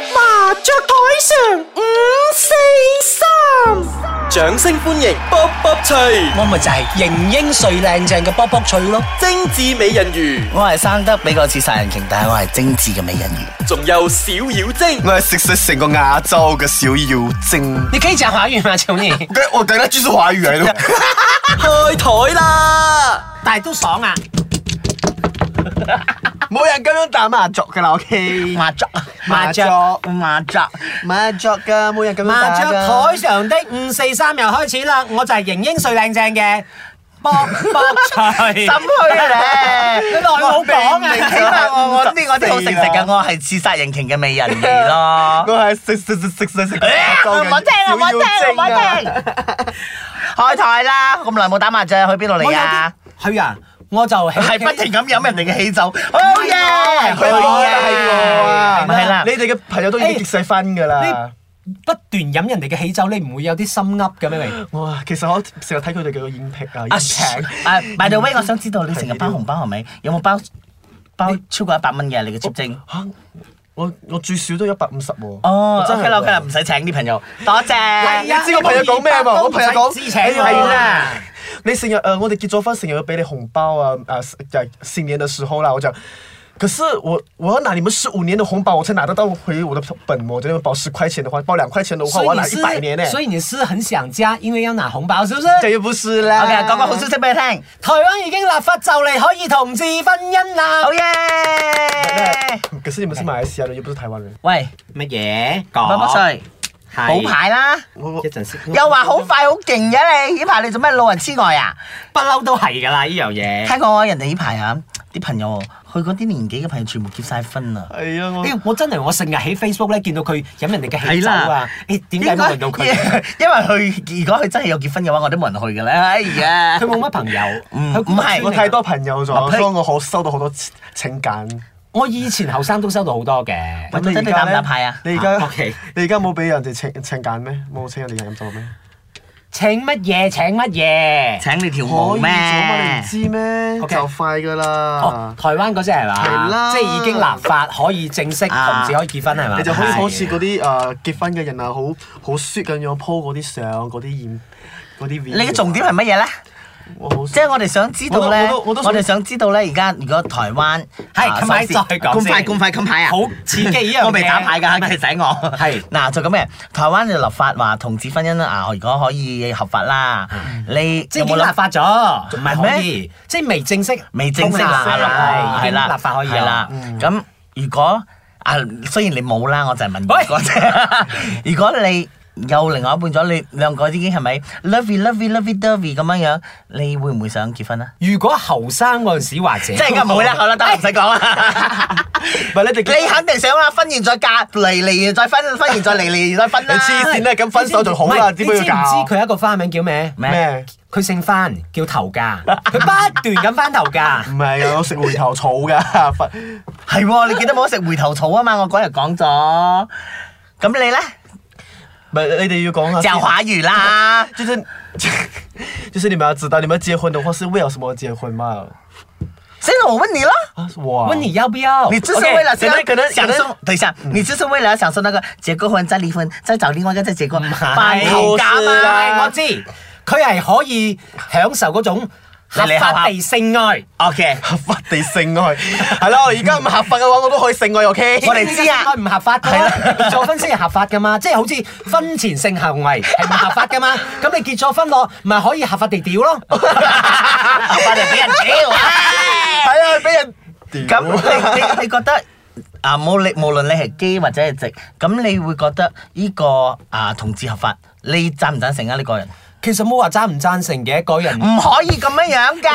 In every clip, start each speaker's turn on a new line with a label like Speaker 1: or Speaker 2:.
Speaker 1: 雀台上五四三，掌聲歡迎卜卜脆，
Speaker 2: 我咪就係型英帥靚正嘅卜卜脆咯。
Speaker 1: 精緻美人魚，
Speaker 2: 我係生得比較似殺人鯨，但係我係精緻嘅美人魚。
Speaker 1: 仲有小妖精，
Speaker 3: 我係食食成個亞洲嘅小妖精。
Speaker 2: 你可以講華語嘛，少年？
Speaker 3: 我我等下繼續華語嚟咯。
Speaker 1: 開台啦！
Speaker 2: 但係都爽啊！
Speaker 3: 冇人咁樣打麻雀㗎啦，OK？
Speaker 2: 麻雀，
Speaker 3: 麻雀
Speaker 2: 麻雀，
Speaker 3: 麻雀㗎，冇人咁樣
Speaker 2: 麻雀
Speaker 3: 打㗎
Speaker 2: 台上的五四三又開始啦！我就係型英帥靚正嘅卜 卜脆。
Speaker 3: 心虛咧，
Speaker 2: 你耐冇講啊！
Speaker 3: 起 碼我我呢個啲好食食嘅
Speaker 2: 我係刺殺型鯨嘅美人魚咯。
Speaker 3: 我係食食食食食食亞
Speaker 4: Ờ,
Speaker 3: 洲
Speaker 2: 唔好
Speaker 4: à,
Speaker 3: 嘅
Speaker 2: 聽啊！
Speaker 3: 小
Speaker 2: 唔好聽啊！
Speaker 3: 妖
Speaker 2: 唔好
Speaker 3: 精
Speaker 2: 聽
Speaker 3: 啊！！
Speaker 4: 開台啦！咁耐冇打麻雀，去邊度嚟啊？
Speaker 2: 係啊，我就係
Speaker 4: 係不停咁飲人哋嘅喜酒，好嘢！
Speaker 2: 係
Speaker 3: 係我啊，係我啊！
Speaker 4: 唔係啦
Speaker 3: 你哋嘅朋友都已
Speaker 2: 哎
Speaker 3: 經結曬婚㗎啦。
Speaker 2: 不斷飲人哋嘅喜酒，你唔會有啲心噏嘅咩？明？
Speaker 3: 哇，其實我成日睇佢哋嘅影評啊，影
Speaker 4: 啊
Speaker 3: 評。
Speaker 4: 啊，by à, the way，我想知道你成日包紅包係咪？有冇包包超過一百蚊嘅你嘅簽證？
Speaker 3: 嚇！我我最少都一百五十喎。
Speaker 4: 哦
Speaker 3: 我
Speaker 4: ，OK 啦 Ờ,
Speaker 3: 係
Speaker 4: OK 啦，唔使請啲朋友，多
Speaker 2: 啊
Speaker 4: 謝。
Speaker 3: 你知我朋友講咩嘛？我朋友講
Speaker 2: 知請我啊
Speaker 3: 係啦，你成日誒，我哋結咗婚成日要俾你紅包啊啊！就新年的時候啦，我講。可是我我要拿你們十五年的紅包，我才拿得到回我的本我這邊包十塊錢的話，包兩塊錢的話，
Speaker 2: 所
Speaker 3: 我
Speaker 2: 以
Speaker 3: 要
Speaker 2: 你
Speaker 3: 拿一百年呢。
Speaker 2: 是，所以你是很想家，因嗯為要拿紅包，是不是？
Speaker 3: 這又不是啦。
Speaker 4: OK，講個好消息俾你聽，
Speaker 2: 台灣已經立法就嚟可以同志婚姻啦
Speaker 4: 好。嘢！
Speaker 3: 可是你們是馬來西亞人，又不是台灣人。
Speaker 4: 喂，
Speaker 2: 乜嘢？
Speaker 4: 八八
Speaker 2: 講
Speaker 4: 歲，好牌啦！
Speaker 3: 我我
Speaker 2: 一陣先。
Speaker 4: 又話好快好勁嘅你，呢排你做咩老人痴呆啊？
Speaker 2: 不嬲都係㗎啦，呢樣嘢。
Speaker 4: 聽講我人哋呢排啊，啲朋友，佢嗰啲年紀嘅朋友全部結晒婚啦。
Speaker 3: 係啊，我
Speaker 2: 誒，哎我真係我成日喺 Facebook 咧見到佢飲人哋嘅喜酒
Speaker 4: 係
Speaker 2: 啊
Speaker 4: 啦！
Speaker 2: 誒，點解冇輪到佢？
Speaker 4: 因為佢如果佢真係有結婚嘅話，我都冇人去㗎啦。哎 呀嗯
Speaker 2: 佢，冇乜朋友，
Speaker 4: 唔
Speaker 2: 佢孤
Speaker 4: 唔係
Speaker 2: 單
Speaker 3: 我太多朋友咗，
Speaker 4: 嗱
Speaker 3: 所
Speaker 4: 譬
Speaker 3: 以
Speaker 4: 如
Speaker 3: 我好收到好多情情感。
Speaker 2: 我以前後生都收到好多嘅。
Speaker 4: 喂咁你打唔打牌啊
Speaker 3: 你而家
Speaker 2: 啊，OK
Speaker 3: 你而家冇俾人哋請請柬咩？冇請人哋飲酒咩？
Speaker 2: 請乜嘢？請乜嘢？
Speaker 4: 請你跳舞
Speaker 3: 可以做
Speaker 4: 咩？
Speaker 3: 嘛？你唔知咩？
Speaker 2: OK
Speaker 3: 就快噶啦
Speaker 2: 哦，，台灣嗰只係嘛？
Speaker 3: 係啦
Speaker 2: 即係已經立法可以正式同
Speaker 4: 啊
Speaker 2: 志可以結婚係嘛？
Speaker 3: 你就可以
Speaker 2: 係
Speaker 3: 好似嗰啲誒結婚嘅人啊，好好 sweet 咁樣 po 嗰啲相、嗰啲影、嗰啲 video
Speaker 4: 你嘅重點係乜嘢咧？
Speaker 3: 我好
Speaker 4: 即係我哋想知道
Speaker 3: 我
Speaker 4: 咧，
Speaker 3: 都我都我
Speaker 4: 我
Speaker 3: 都
Speaker 4: 哋想知道咧，而家如果台灣
Speaker 2: 係
Speaker 4: 啊
Speaker 2: 近排
Speaker 4: 首先
Speaker 2: 再講
Speaker 4: 咁快
Speaker 2: 先
Speaker 4: 咁快咁快啊！
Speaker 2: 好刺激呢樣嘢
Speaker 4: 我未打牌㗎，其實我
Speaker 2: 係
Speaker 4: 嗱就咁嘅，台灣就立法話同志婚姻啊，如果可以合法啦，你
Speaker 2: 即係
Speaker 4: 有
Speaker 2: 已
Speaker 4: 冇
Speaker 2: 經立
Speaker 4: 諗？
Speaker 2: 法咗，唔係可
Speaker 4: 係
Speaker 2: 以，即係未正式，
Speaker 4: 未正式
Speaker 2: 啦，
Speaker 4: 啦，
Speaker 2: 係啦，已經立法可以
Speaker 4: 係啦。咁如果啊，雖然你冇啦，我就係問
Speaker 2: 喂
Speaker 4: 如果 啫。如果你有另外一半咗，你兩個已經係咪 lovey lovey lovey dovey 咁樣樣，你會唔會想結婚啊？
Speaker 2: 如果後生嗰陣時或者，
Speaker 4: 即係而家冇 啦，好啦，得啦唔使講啦。
Speaker 3: 唔係你哋
Speaker 4: 你肯定想啦，婚完再嫁，離離完再婚，婚完再離，離完再婚啦。
Speaker 3: 你黐線啦，咁分手就好啦，
Speaker 2: 唔係
Speaker 3: 點解要
Speaker 2: 你知唔
Speaker 3: 搞
Speaker 2: 知佢有一個花名叫咩？
Speaker 3: 咩？
Speaker 2: 佢姓番，叫頭家，佢不斷咁翻頭家
Speaker 3: 唔。係啊，我食回頭草㗎， 佛
Speaker 4: 係喎，你記得冇得食回頭草啊嘛？我嗰日講咗。咁你咧？
Speaker 3: 唔係你哋要講啊下先
Speaker 4: 就華語啦。
Speaker 3: 就是就是你們要知道，你們結婚的話是為了什麼結婚嘛？
Speaker 4: 所以我問你咯。
Speaker 3: 啊，我啊
Speaker 2: 問你要不要？
Speaker 4: 你就是為了
Speaker 2: OK，
Speaker 4: 想
Speaker 3: 可能可能
Speaker 4: 享
Speaker 3: 可
Speaker 4: 受，等一下，你就是為了享受那個結過婚再離婚，再找另外一個再結婚，
Speaker 2: 係
Speaker 4: 扮頭家
Speaker 3: 唔係啦
Speaker 4: 嘛。
Speaker 2: 我知，佢係可以享受嗰種合
Speaker 4: 你你合
Speaker 2: 法
Speaker 4: 合
Speaker 2: 地性愛。
Speaker 4: O K，
Speaker 3: 合法地性愛係咯，而家唔合法嘅話，我都可以性愛 OK。
Speaker 4: 我哋知啊
Speaker 2: 應該唔合法 㗎啦，結咗婚先係合法㗎嘛，即係好似婚前性行為係唔合法㗎嘛，咁你結咗婚咯，咪可以合法地屌咯。
Speaker 4: 我哋俾人 屌。唉
Speaker 3: 係啊，俾人
Speaker 4: 咁你你你覺得啊冇你無論你係基或者係直，咁你會覺得呢、個啊同志合法，你贊唔贊成啊？呢個人
Speaker 2: 其實冇話贊唔贊成嘅，個人
Speaker 4: 唔可以咁樣樣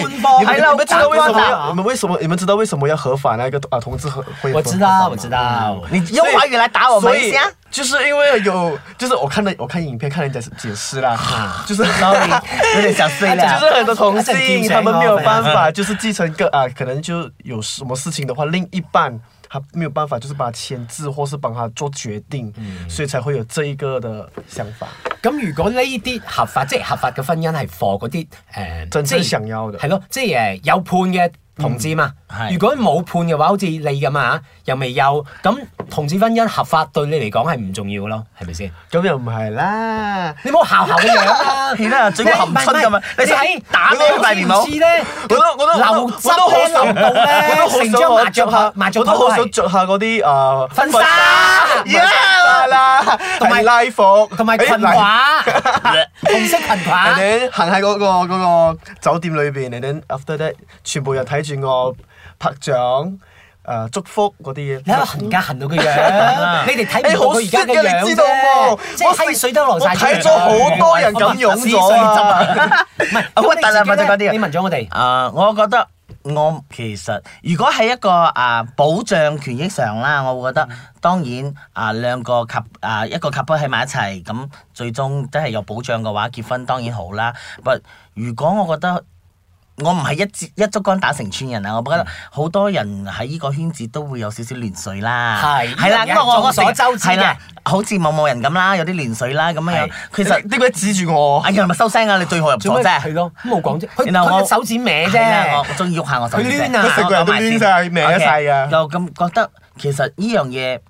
Speaker 4: 㗎，
Speaker 2: 官方
Speaker 3: 你們
Speaker 4: 係
Speaker 3: 你
Speaker 4: 啦，
Speaker 3: 们知道為什
Speaker 4: 官
Speaker 3: 麼
Speaker 4: 方
Speaker 3: 要
Speaker 4: 啊
Speaker 3: 你们为什么你们知道为什么要合法那个啊同志合会合法嗎？
Speaker 2: 我知道，我知道。
Speaker 4: 你用華語來打我
Speaker 3: 所
Speaker 4: 們一
Speaker 3: 以
Speaker 4: 下。
Speaker 3: 就是因為有，就是我看了我看影片，看人家解釋啦，就是
Speaker 4: sorry，有 點想睡
Speaker 3: 就
Speaker 4: 啦。
Speaker 3: 是很多同
Speaker 2: 啊真
Speaker 3: 性，
Speaker 2: 的
Speaker 3: 他們沒有辦
Speaker 2: 挺
Speaker 3: 法，就是繼承個啊，可能就有什麼事情的話，另一半他沒有辦法，就是幫他簽字，或是幫他做決定，所以才會有這一個的想法。
Speaker 2: 咁如果呢啲合法，即係合法嘅婚姻係 for 嗰啲誒，
Speaker 3: 真
Speaker 2: 即
Speaker 3: 正
Speaker 2: 係
Speaker 3: 想要的
Speaker 2: 係咯，即係誒有伴嘅同志嘛
Speaker 4: 嗯。係
Speaker 2: 如果冇判嘅話，好似你咁啊，又未有，咁同志婚姻合法對你嚟講係唔重要咯，係咪先？
Speaker 3: 咁又唔係啦。
Speaker 2: 你冇姣姣嘅樣啦，
Speaker 4: 係啦嘴角含春咁啊
Speaker 2: 你
Speaker 4: 你想
Speaker 2: 睇
Speaker 4: 打你個大面佬
Speaker 2: 似咧，
Speaker 3: 我都我都
Speaker 2: 流汁
Speaker 3: 我都好
Speaker 2: 咧
Speaker 3: 想
Speaker 2: 流到咧，
Speaker 3: 我都好
Speaker 2: 成
Speaker 3: 想
Speaker 2: 張
Speaker 3: 我
Speaker 2: 麻
Speaker 3: 着
Speaker 2: 雀
Speaker 3: 下
Speaker 2: 下，麻雀
Speaker 3: 我
Speaker 2: 都
Speaker 3: 都好想
Speaker 2: 係
Speaker 3: 着下嗰啲啊誒
Speaker 2: 婚紗
Speaker 3: 呀啦，
Speaker 2: 同
Speaker 3: 同
Speaker 2: 埋
Speaker 3: 埋拉服，
Speaker 2: 同埋裙
Speaker 3: 誒嗱
Speaker 2: 褂，紅色裙
Speaker 4: 啊
Speaker 3: 人
Speaker 2: 褂。
Speaker 3: 哋行喺嗰個嗰個酒店裏邊，人哋 after that 全部人睇住我拍掌、誒祝福嗰啲嘢。
Speaker 2: 你喺度痕家痕到嘅樣，你哋睇唔到佢而家嘅樣
Speaker 3: 你知道
Speaker 2: 啫
Speaker 3: 冇？
Speaker 2: 即係溪水都流晒出嚟
Speaker 3: 我睇咗好多人咁湧咗啊！
Speaker 2: 唔係，
Speaker 4: 啊
Speaker 2: 咁
Speaker 4: 喂
Speaker 2: 你
Speaker 4: 但係
Speaker 2: 自己咧
Speaker 4: 問咗嗰啲啊
Speaker 2: 你問咗我哋，
Speaker 4: 啊、我覺得我其實如果喺一個啊、保障權益上啦，我會覺得
Speaker 2: 嗯
Speaker 4: 當然啊、兩個 c 啊、一個 couple 喺埋一齊，咁最終都係有保障嘅話，結婚當然好啦。不如果我覺得我唔係一支一竹竿打成村人啊！我覺
Speaker 2: 嗯
Speaker 4: 得好多人喺呢個圈子都會有少少亂水啦，
Speaker 2: 係
Speaker 4: 係啦，
Speaker 2: 呢樣嘢
Speaker 4: 因為我
Speaker 2: 眾
Speaker 4: 我
Speaker 2: 所周知嘅
Speaker 4: 係啦，好似某某人咁啦，有啲亂水啦咁樣
Speaker 2: 係
Speaker 4: 樣。其實
Speaker 3: 你你個指住我
Speaker 4: 哎，呀，咪收聲啊！你對號入
Speaker 2: 做
Speaker 4: 座
Speaker 2: 咩
Speaker 4: 啫。
Speaker 2: 係咯，咁冇講啫，佢
Speaker 4: 然後
Speaker 2: 佢
Speaker 4: 我
Speaker 2: 隻手指歪
Speaker 4: 係啦我
Speaker 2: 啫，
Speaker 4: 我中意喐下我手指
Speaker 2: 佢
Speaker 4: 啫，
Speaker 2: 攣啊
Speaker 4: 我
Speaker 3: 成個
Speaker 4: 講埋
Speaker 3: 人都攣
Speaker 4: 先
Speaker 3: 晒歪
Speaker 4: OK，
Speaker 3: 晒㗎
Speaker 4: 又咁覺得其實呢樣嘢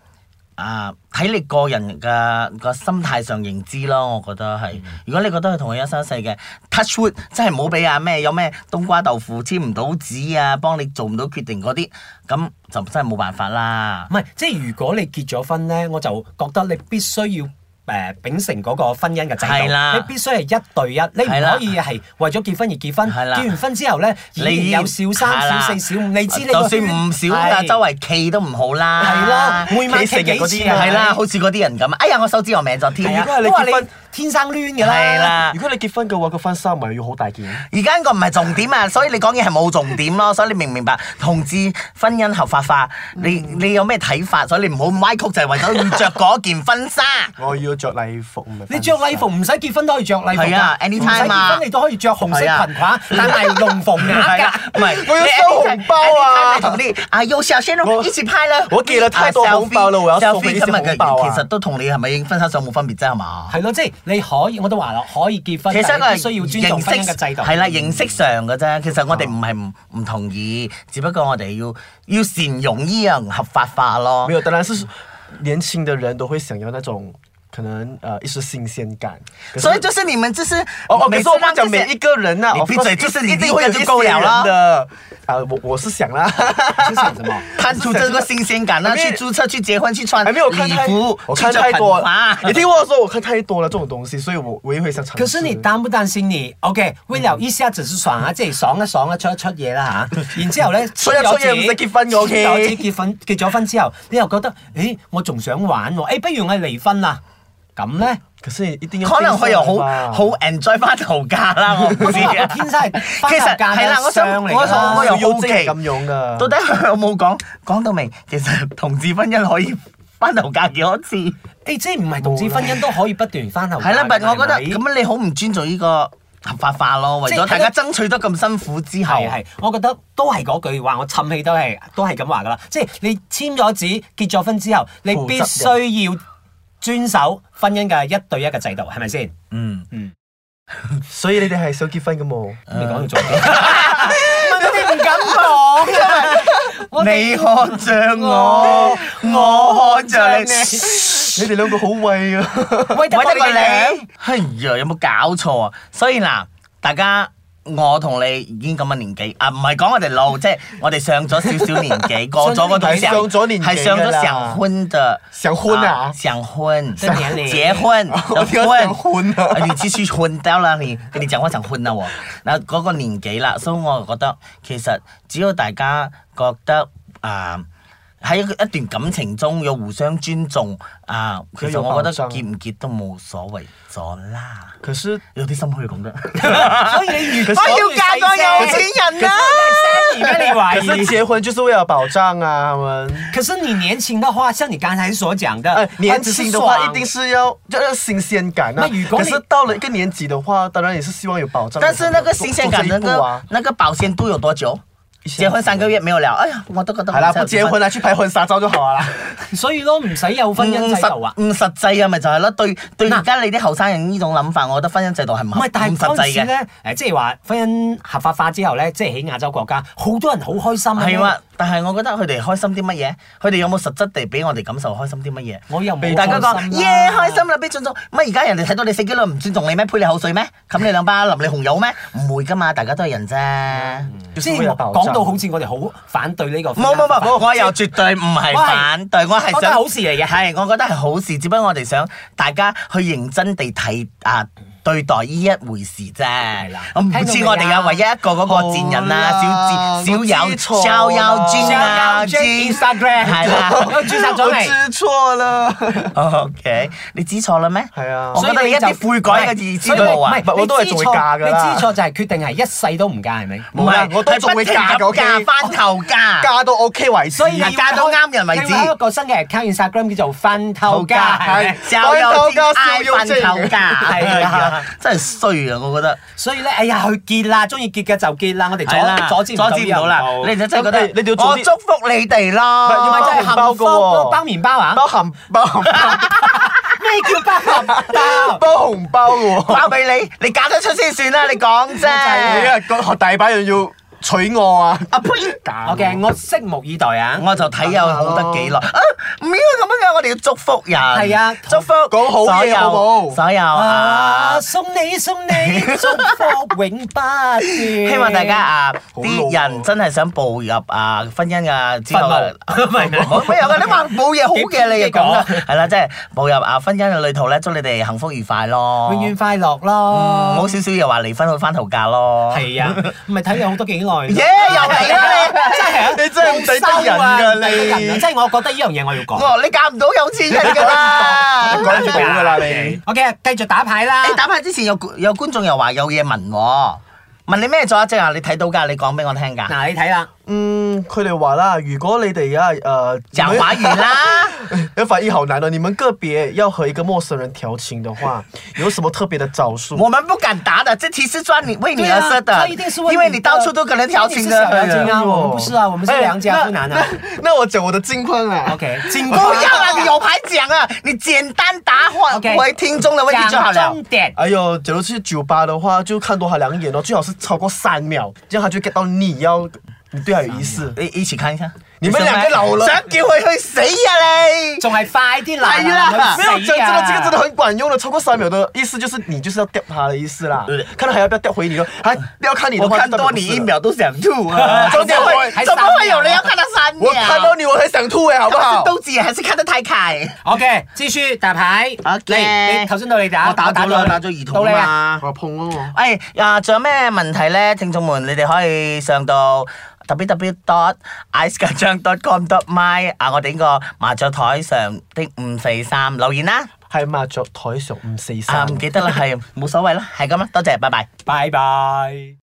Speaker 4: 啊，睇你個人嘅啊個心態上認知咯，我覺得係。
Speaker 2: 嗯
Speaker 4: 如果你覺得佢同佢一生一世嘅 touch wood，真係唔好俾啊咩有咩冬瓜豆腐簽唔到紙啊，幫你做唔到決定嗰啲，咁就真係冇辦法啦
Speaker 2: 唔。係即係如果你結咗婚咧，我就覺得你必須要。誒秉承嗰個婚姻嘅制
Speaker 4: 係
Speaker 2: 度，
Speaker 4: 啦
Speaker 2: 你必須係一對一，你唔
Speaker 4: 係啦
Speaker 2: 可以係為咗結婚而結婚。
Speaker 4: 係啦
Speaker 2: 結完婚之後咧，已經有小
Speaker 4: 係
Speaker 2: 三、
Speaker 4: 啦啊
Speaker 2: 小四、小五，你知你個
Speaker 4: 就算唔少
Speaker 2: 係
Speaker 4: 㗎，周圍企都唔好啦。
Speaker 2: 係啦，每晚
Speaker 3: 企成
Speaker 2: 傾
Speaker 3: 日嗰
Speaker 2: 幾
Speaker 3: 啲
Speaker 2: 次啊？
Speaker 4: 係啦，好似嗰啲人咁，哎呀，我手指我歪咗添。
Speaker 3: 如果係
Speaker 2: 都
Speaker 3: 你
Speaker 2: 話你
Speaker 3: 結婚
Speaker 2: 天生攣㗎啦。
Speaker 4: 係啦
Speaker 3: 如果你結婚嘅話，個婚紗咪要好大件。
Speaker 4: 而家呢個唔係重點啊，所以你講嘢係冇重點咯， 所以你明唔明白同志婚姻合法化，你你有咩睇法？所以你唔好咁歪曲，就係為咗要着嗰件婚紗。
Speaker 3: 我要着禮服，唔係
Speaker 2: 你着禮服唔使結婚都可以着禮服㗎
Speaker 4: 啊係啊
Speaker 2: 唔使
Speaker 4: anytime
Speaker 2: 結
Speaker 4: 啊
Speaker 2: 婚你都可以着紅色裙褂，但係龍鳳眼
Speaker 4: 係
Speaker 2: 㗎
Speaker 4: 啊。，唔係
Speaker 3: 我要收紅包啊
Speaker 4: 你同啲啊有小鮮肉
Speaker 3: 我
Speaker 4: 一起拍啦！啊
Speaker 3: 我寄了太多紅包啦我要送俾你啲紅包啊
Speaker 4: 其實都同你係咪影婚紗相冇分別啫，係嘛？
Speaker 2: 係咯，即係你可以，我都話啦，可以結婚，
Speaker 4: 其實
Speaker 2: 但
Speaker 4: 一個係
Speaker 2: 係必須要尊重婚姻嘅制度。
Speaker 4: 係啦，形式上嘅啫。其實我哋唔係唔唔同意，只不過我哋要要善用呢樣合法化咯
Speaker 3: 沒。有，當然是年輕的人都會想要那種可能呃一時新鮮感。可是
Speaker 4: 所以就是你們就是
Speaker 3: 哦哦，可
Speaker 4: 每
Speaker 3: 是
Speaker 4: 次
Speaker 3: 我不
Speaker 4: 讓這
Speaker 3: 講
Speaker 4: 些
Speaker 3: 每一個人呐、
Speaker 4: 你
Speaker 3: 我
Speaker 4: 閉嘴就是你
Speaker 3: 一定
Speaker 4: 一個
Speaker 3: 會有
Speaker 4: 就夠了啦
Speaker 3: 一些人的。啊，我我是 想啦，
Speaker 2: 是想什麼？
Speaker 4: 贪图这个新鲜 感啦，
Speaker 3: 還沒
Speaker 4: 去注册、去结婚、去穿
Speaker 3: 哎还没有看
Speaker 4: 礼
Speaker 3: 太，
Speaker 4: 服、
Speaker 3: 我
Speaker 4: 去
Speaker 3: 看
Speaker 4: 着
Speaker 3: 太
Speaker 4: 款
Speaker 3: 多了
Speaker 4: 啊。
Speaker 3: 你听我说，我看太多了這種東西，所以我我也會想嘗試。
Speaker 2: 可是你
Speaker 4: 嗯
Speaker 2: 擔不擔心你？OK，為了一下只是爽 下，即係爽一爽啦，啊出一出嘢啦嚇。然之後咧，
Speaker 3: 出一出嘢唔使結婚嘅，OK
Speaker 2: 有次結婚結咗婚之後，你又覺得，咦，我仲想玩喎，誒，不如我哋離婚啦。咁 咧，
Speaker 3: 可是你一定要
Speaker 4: 可能佢又好
Speaker 3: 接受吧
Speaker 4: 好 enjoy 翻頭嫁啦，我唔
Speaker 2: 我
Speaker 4: 知
Speaker 2: 天
Speaker 4: 啊。
Speaker 2: 生係
Speaker 4: 其實係啦，我想我想我又
Speaker 3: 要
Speaker 4: 好奇
Speaker 3: 精係咁樣㗎
Speaker 4: 到底佢有冇講講到明？其實同志婚姻可以翻頭嫁幾多次？
Speaker 2: 誒，即係唔係同志婚姻都可以不斷翻頭嫁㗎？
Speaker 4: 係啦，但我覺得
Speaker 2: 係咪
Speaker 4: 咁你好唔尊重呢個合法化咯，為
Speaker 2: 即係
Speaker 4: 咗大家爭取得咁辛苦之後
Speaker 2: 係，啊係，我覺得都係嗰句話，我氹氣都係都係咁話噶啦。即係你簽咗紙結咗婚之後，你必須要遵守婚姻嘅一對一嘅制度，係咪先？
Speaker 4: 嗯，
Speaker 3: 所以你哋係想結婚嘅冇？
Speaker 4: 呃
Speaker 2: 你講要做到， 你唔敢講啊！我哋
Speaker 4: 你看着我，我看着你。
Speaker 3: 你哋兩個好威啊！
Speaker 2: 喂得過
Speaker 4: 喂得
Speaker 2: 你
Speaker 4: 個你
Speaker 2: 哋，
Speaker 4: 哎呀，有冇搞錯啊？所以嗱，大家。我同你已經咁嘅年紀，啊唔係講我哋老，即係我哋上咗少少年 紀，過咗嗰種
Speaker 3: 係
Speaker 4: 上
Speaker 3: 上咗年紀㗎啦
Speaker 4: 係上咗上婚的，
Speaker 3: 上婚啊
Speaker 4: 上婚，
Speaker 2: 上年齡
Speaker 4: 結婚，
Speaker 3: 我聽到上婚啊
Speaker 4: 啊你繼續混掉啦，你跟你講我上婚啦喎，嗱嗰個年紀啦，所以我就覺得其實只要大家覺得啊。喺一段感情中有互相尊重啊，其實我覺得
Speaker 3: 有保障
Speaker 4: 結唔結都冇所謂咗啦。
Speaker 3: 可是
Speaker 4: 有啲心虛講得，
Speaker 2: 所以你如果
Speaker 4: 我要嫁個有錢人啦、啊
Speaker 2: 而家你
Speaker 3: 可是
Speaker 2: 懷疑。
Speaker 3: 結婚就是為了保障啊，他們。
Speaker 2: 可是你年輕的話，像你剛才所講
Speaker 3: 哎
Speaker 2: 的，，
Speaker 3: 年輕的話
Speaker 2: 很
Speaker 3: 一定是要要新鮮感啊。
Speaker 2: 那如果
Speaker 3: 可
Speaker 2: 你
Speaker 3: 是到了一個年紀的話，當然也是希望有保障。
Speaker 4: 但是那個新鮮感， 那
Speaker 3: 走走這一步
Speaker 4: 個
Speaker 3: 啊，
Speaker 4: 那個保鮮度有多久？结婚三个月没有聊，哎呀，我都覺得
Speaker 3: 係啦，不結婚啦，去拍婚紗照就好 啦。
Speaker 2: 所以咯，唔使有婚姻制度啊。
Speaker 4: 唔實唔實際啊，咪就係咯。對對，而家你啲後生人呢種諗法，我覺得婚姻制度係唔
Speaker 2: 唔係，但
Speaker 4: 嗯唔
Speaker 2: 係
Speaker 4: 實
Speaker 2: 嗰陣
Speaker 4: 際
Speaker 2: 時
Speaker 4: 嘅。
Speaker 2: 咧，誒，即係話婚姻合法化之後咧，即係喺亞洲國家，好多人好開心啊！
Speaker 4: 係啊，但係我覺得佢哋開心啲乜嘢？佢哋有冇實質地俾我哋感受開心啲乜嘢？
Speaker 2: 我又冇啊
Speaker 4: 大家
Speaker 2: 講
Speaker 4: 講耶開心啦，俾尊重。乜而家人哋睇到你死機率唔尊重你咩？潑你口水咩？冚你兩巴，淋你紅油咩？唔會噶嘛，大家都係人啫。
Speaker 2: 即係講到好似我哋好反對呢個婚姻
Speaker 4: 冇冇
Speaker 2: 合法化，
Speaker 4: 冇，我又絕對唔係反對，我
Speaker 2: 我
Speaker 4: 係
Speaker 2: 覺得
Speaker 4: 想
Speaker 2: 好事嚟嘅。
Speaker 4: 係，我覺得係好事，只不過我哋想大家去認真地睇啊。對待呢一回事啫
Speaker 2: 啦，
Speaker 4: 我唔知我哋啊，唯一一個嗰個賤人啊，
Speaker 3: 好啦
Speaker 4: 小賤小
Speaker 3: 我
Speaker 4: 友
Speaker 3: 知錯
Speaker 4: 小友專
Speaker 2: 小友
Speaker 4: 啊，專
Speaker 2: Instagram
Speaker 4: 係啦，
Speaker 2: 我註冊咗
Speaker 3: 我
Speaker 2: 嚟。
Speaker 3: 知錯啦。
Speaker 4: OK，你知錯啦咩？
Speaker 3: 係啊
Speaker 4: 我覺得你一啲悔改嘅意思都冇啊。
Speaker 2: 唔係
Speaker 3: 我都係仲會嫁㗎啦
Speaker 2: 你知錯就係決定係一世都唔嫁係咪？
Speaker 3: 冇啦我都仲會嫁嘅
Speaker 4: 係不停咁
Speaker 3: OK？
Speaker 4: 嫁翻頭嫁。
Speaker 3: 嫁到 OK 為止。
Speaker 2: 所以你要
Speaker 4: 嫁到啱人為止
Speaker 2: 你要有一個新嘅 account Instagram 叫做分頭嫁，係咪
Speaker 4: 係小友專愛翻頭嫁， 係啊，真係衰啊！我覺得
Speaker 2: 所以咧，哎呀，佢結啦，中意結嘅就結啦，我哋
Speaker 4: 係啦，
Speaker 2: 阻阻止
Speaker 4: 阻止唔到啦。你就真係覺得
Speaker 3: 咁你你哋要早啲
Speaker 4: 我祝福你哋
Speaker 3: 唔係
Speaker 4: 咯
Speaker 3: 要。買
Speaker 2: 咪真係
Speaker 3: 包
Speaker 2: 幸
Speaker 3: 麵包
Speaker 2: 福
Speaker 3: 㗎喎
Speaker 2: 包麵包啊？
Speaker 3: 包紅包紅
Speaker 2: 咩叫包麵包？
Speaker 3: 包紅 包嘅喎。
Speaker 4: 包俾你，你嫁得出先算啦，你講
Speaker 3: 你
Speaker 4: 啫。
Speaker 3: 啊，個學大把人要娶我啊！
Speaker 4: 阿呸！假
Speaker 2: 好嘅，我拭目以待啊！
Speaker 4: 我就睇有好得幾耐啊！唔應該咁樣嘅，我哋要祝福人。
Speaker 2: 係啊
Speaker 4: 祝福
Speaker 3: 講好
Speaker 4: 所
Speaker 3: 嘢
Speaker 4: 有
Speaker 3: 好冇
Speaker 4: 所有啊
Speaker 2: 啊！！送你送你，祝福永不斷。
Speaker 4: 希
Speaker 2: 希
Speaker 4: 望大家啊，
Speaker 3: 好老
Speaker 4: 啲
Speaker 3: 啊
Speaker 4: 人真係想步入啊婚姻啊之
Speaker 2: 墳
Speaker 4: 後，
Speaker 2: 墓唔係唔係
Speaker 4: 冇咩有嘅，你話冇嘢好嘅，你又講啦
Speaker 2: 幾，
Speaker 4: 係啦，即係步入啊婚姻嘅旅途咧，祝你哋幸福愉快咯，
Speaker 2: 永遠快樂
Speaker 4: 唔好
Speaker 2: 咯。
Speaker 4: 少少又話離婚去翻頭嫁咯，
Speaker 2: 係啊，唔係睇有好多幾耐咯。
Speaker 4: 耶又嚟啦 你，真係啊！
Speaker 3: 你真係唔抵得人㗎你
Speaker 2: 即係我覺得呢樣嘢我要
Speaker 4: 我
Speaker 2: 講。
Speaker 4: 話你嫁唔到有錢人㗎 啦，
Speaker 3: 你講唔到㗎啦你。
Speaker 2: OK，繼續打牌啦。
Speaker 4: 你打牌之前有有觀眾又話有嘢問喎，問你咩座即啊？你睇到㗎，你講俾我聽㗎，
Speaker 2: 嗱，你睇啦，
Speaker 3: 嗯，佢哋話啦，如果你哋啊呃而家誒
Speaker 4: 講華 語啦。
Speaker 3: 要翻译好难哦。你们个别要和一个陌生人调情的话，有什么特别的招数？
Speaker 4: 我们不敢答的，这题是专你为你而设的，
Speaker 2: 对啊他一定是为你
Speaker 4: 因为你到处都可能调情的。
Speaker 2: 因为你是小妖精啊
Speaker 3: 哎呦
Speaker 2: 我们不是啊我们是良家妇男啊
Speaker 3: 哎那那那我讲我的近况啊。
Speaker 2: OK，
Speaker 4: 不要啊，你有牌讲啊，你简单答话
Speaker 2: OK
Speaker 4: 回听众的问题就好
Speaker 2: 讲
Speaker 4: 了
Speaker 2: 重。點。
Speaker 3: 哎呦，假如去酒吧的话，就看多他两眼哦，最好是超过三秒，这样他就 get 到你要你对他有意思。
Speaker 4: 你一起看一下，
Speaker 3: 你们两个老了
Speaker 4: 想叫佢去死啊你！
Speaker 2: 仲係快啲嚟
Speaker 4: 係啦
Speaker 3: 哎没有讲真的，这个真的很管用的。超过三秒的意思就是你就是要掉他的意思啦
Speaker 4: 对对，
Speaker 3: 看他还要不要掉回你哦，还要看你的
Speaker 4: 我
Speaker 3: 话，
Speaker 4: 看多你一秒都想吐啊！
Speaker 3: 重点我
Speaker 4: 怎么会有人要看到三秒？
Speaker 3: 我看到你我很想吐哎，好不
Speaker 4: 到
Speaker 3: 好
Speaker 4: 是？豆姐还是看得太开？
Speaker 2: OK，繼續打牌。
Speaker 4: OK
Speaker 2: 你你頭先到你打，
Speaker 4: 我打咗啦
Speaker 2: 我
Speaker 4: 打咗兒童啊
Speaker 2: 到你啊！
Speaker 4: 嘛
Speaker 3: 我碰哦。
Speaker 4: 誒啊，仲有咩問題咧？聽眾們，你哋可以上到 www dot iceketchup.com dot my 啊，我哋呢個麻雀台上的五四三留言啦。
Speaker 3: 喺麻雀台上五四三
Speaker 4: À, 啊，。唔記得啦，係冇所謂啦，係咁啦，多謝，拜拜。
Speaker 2: 拜拜。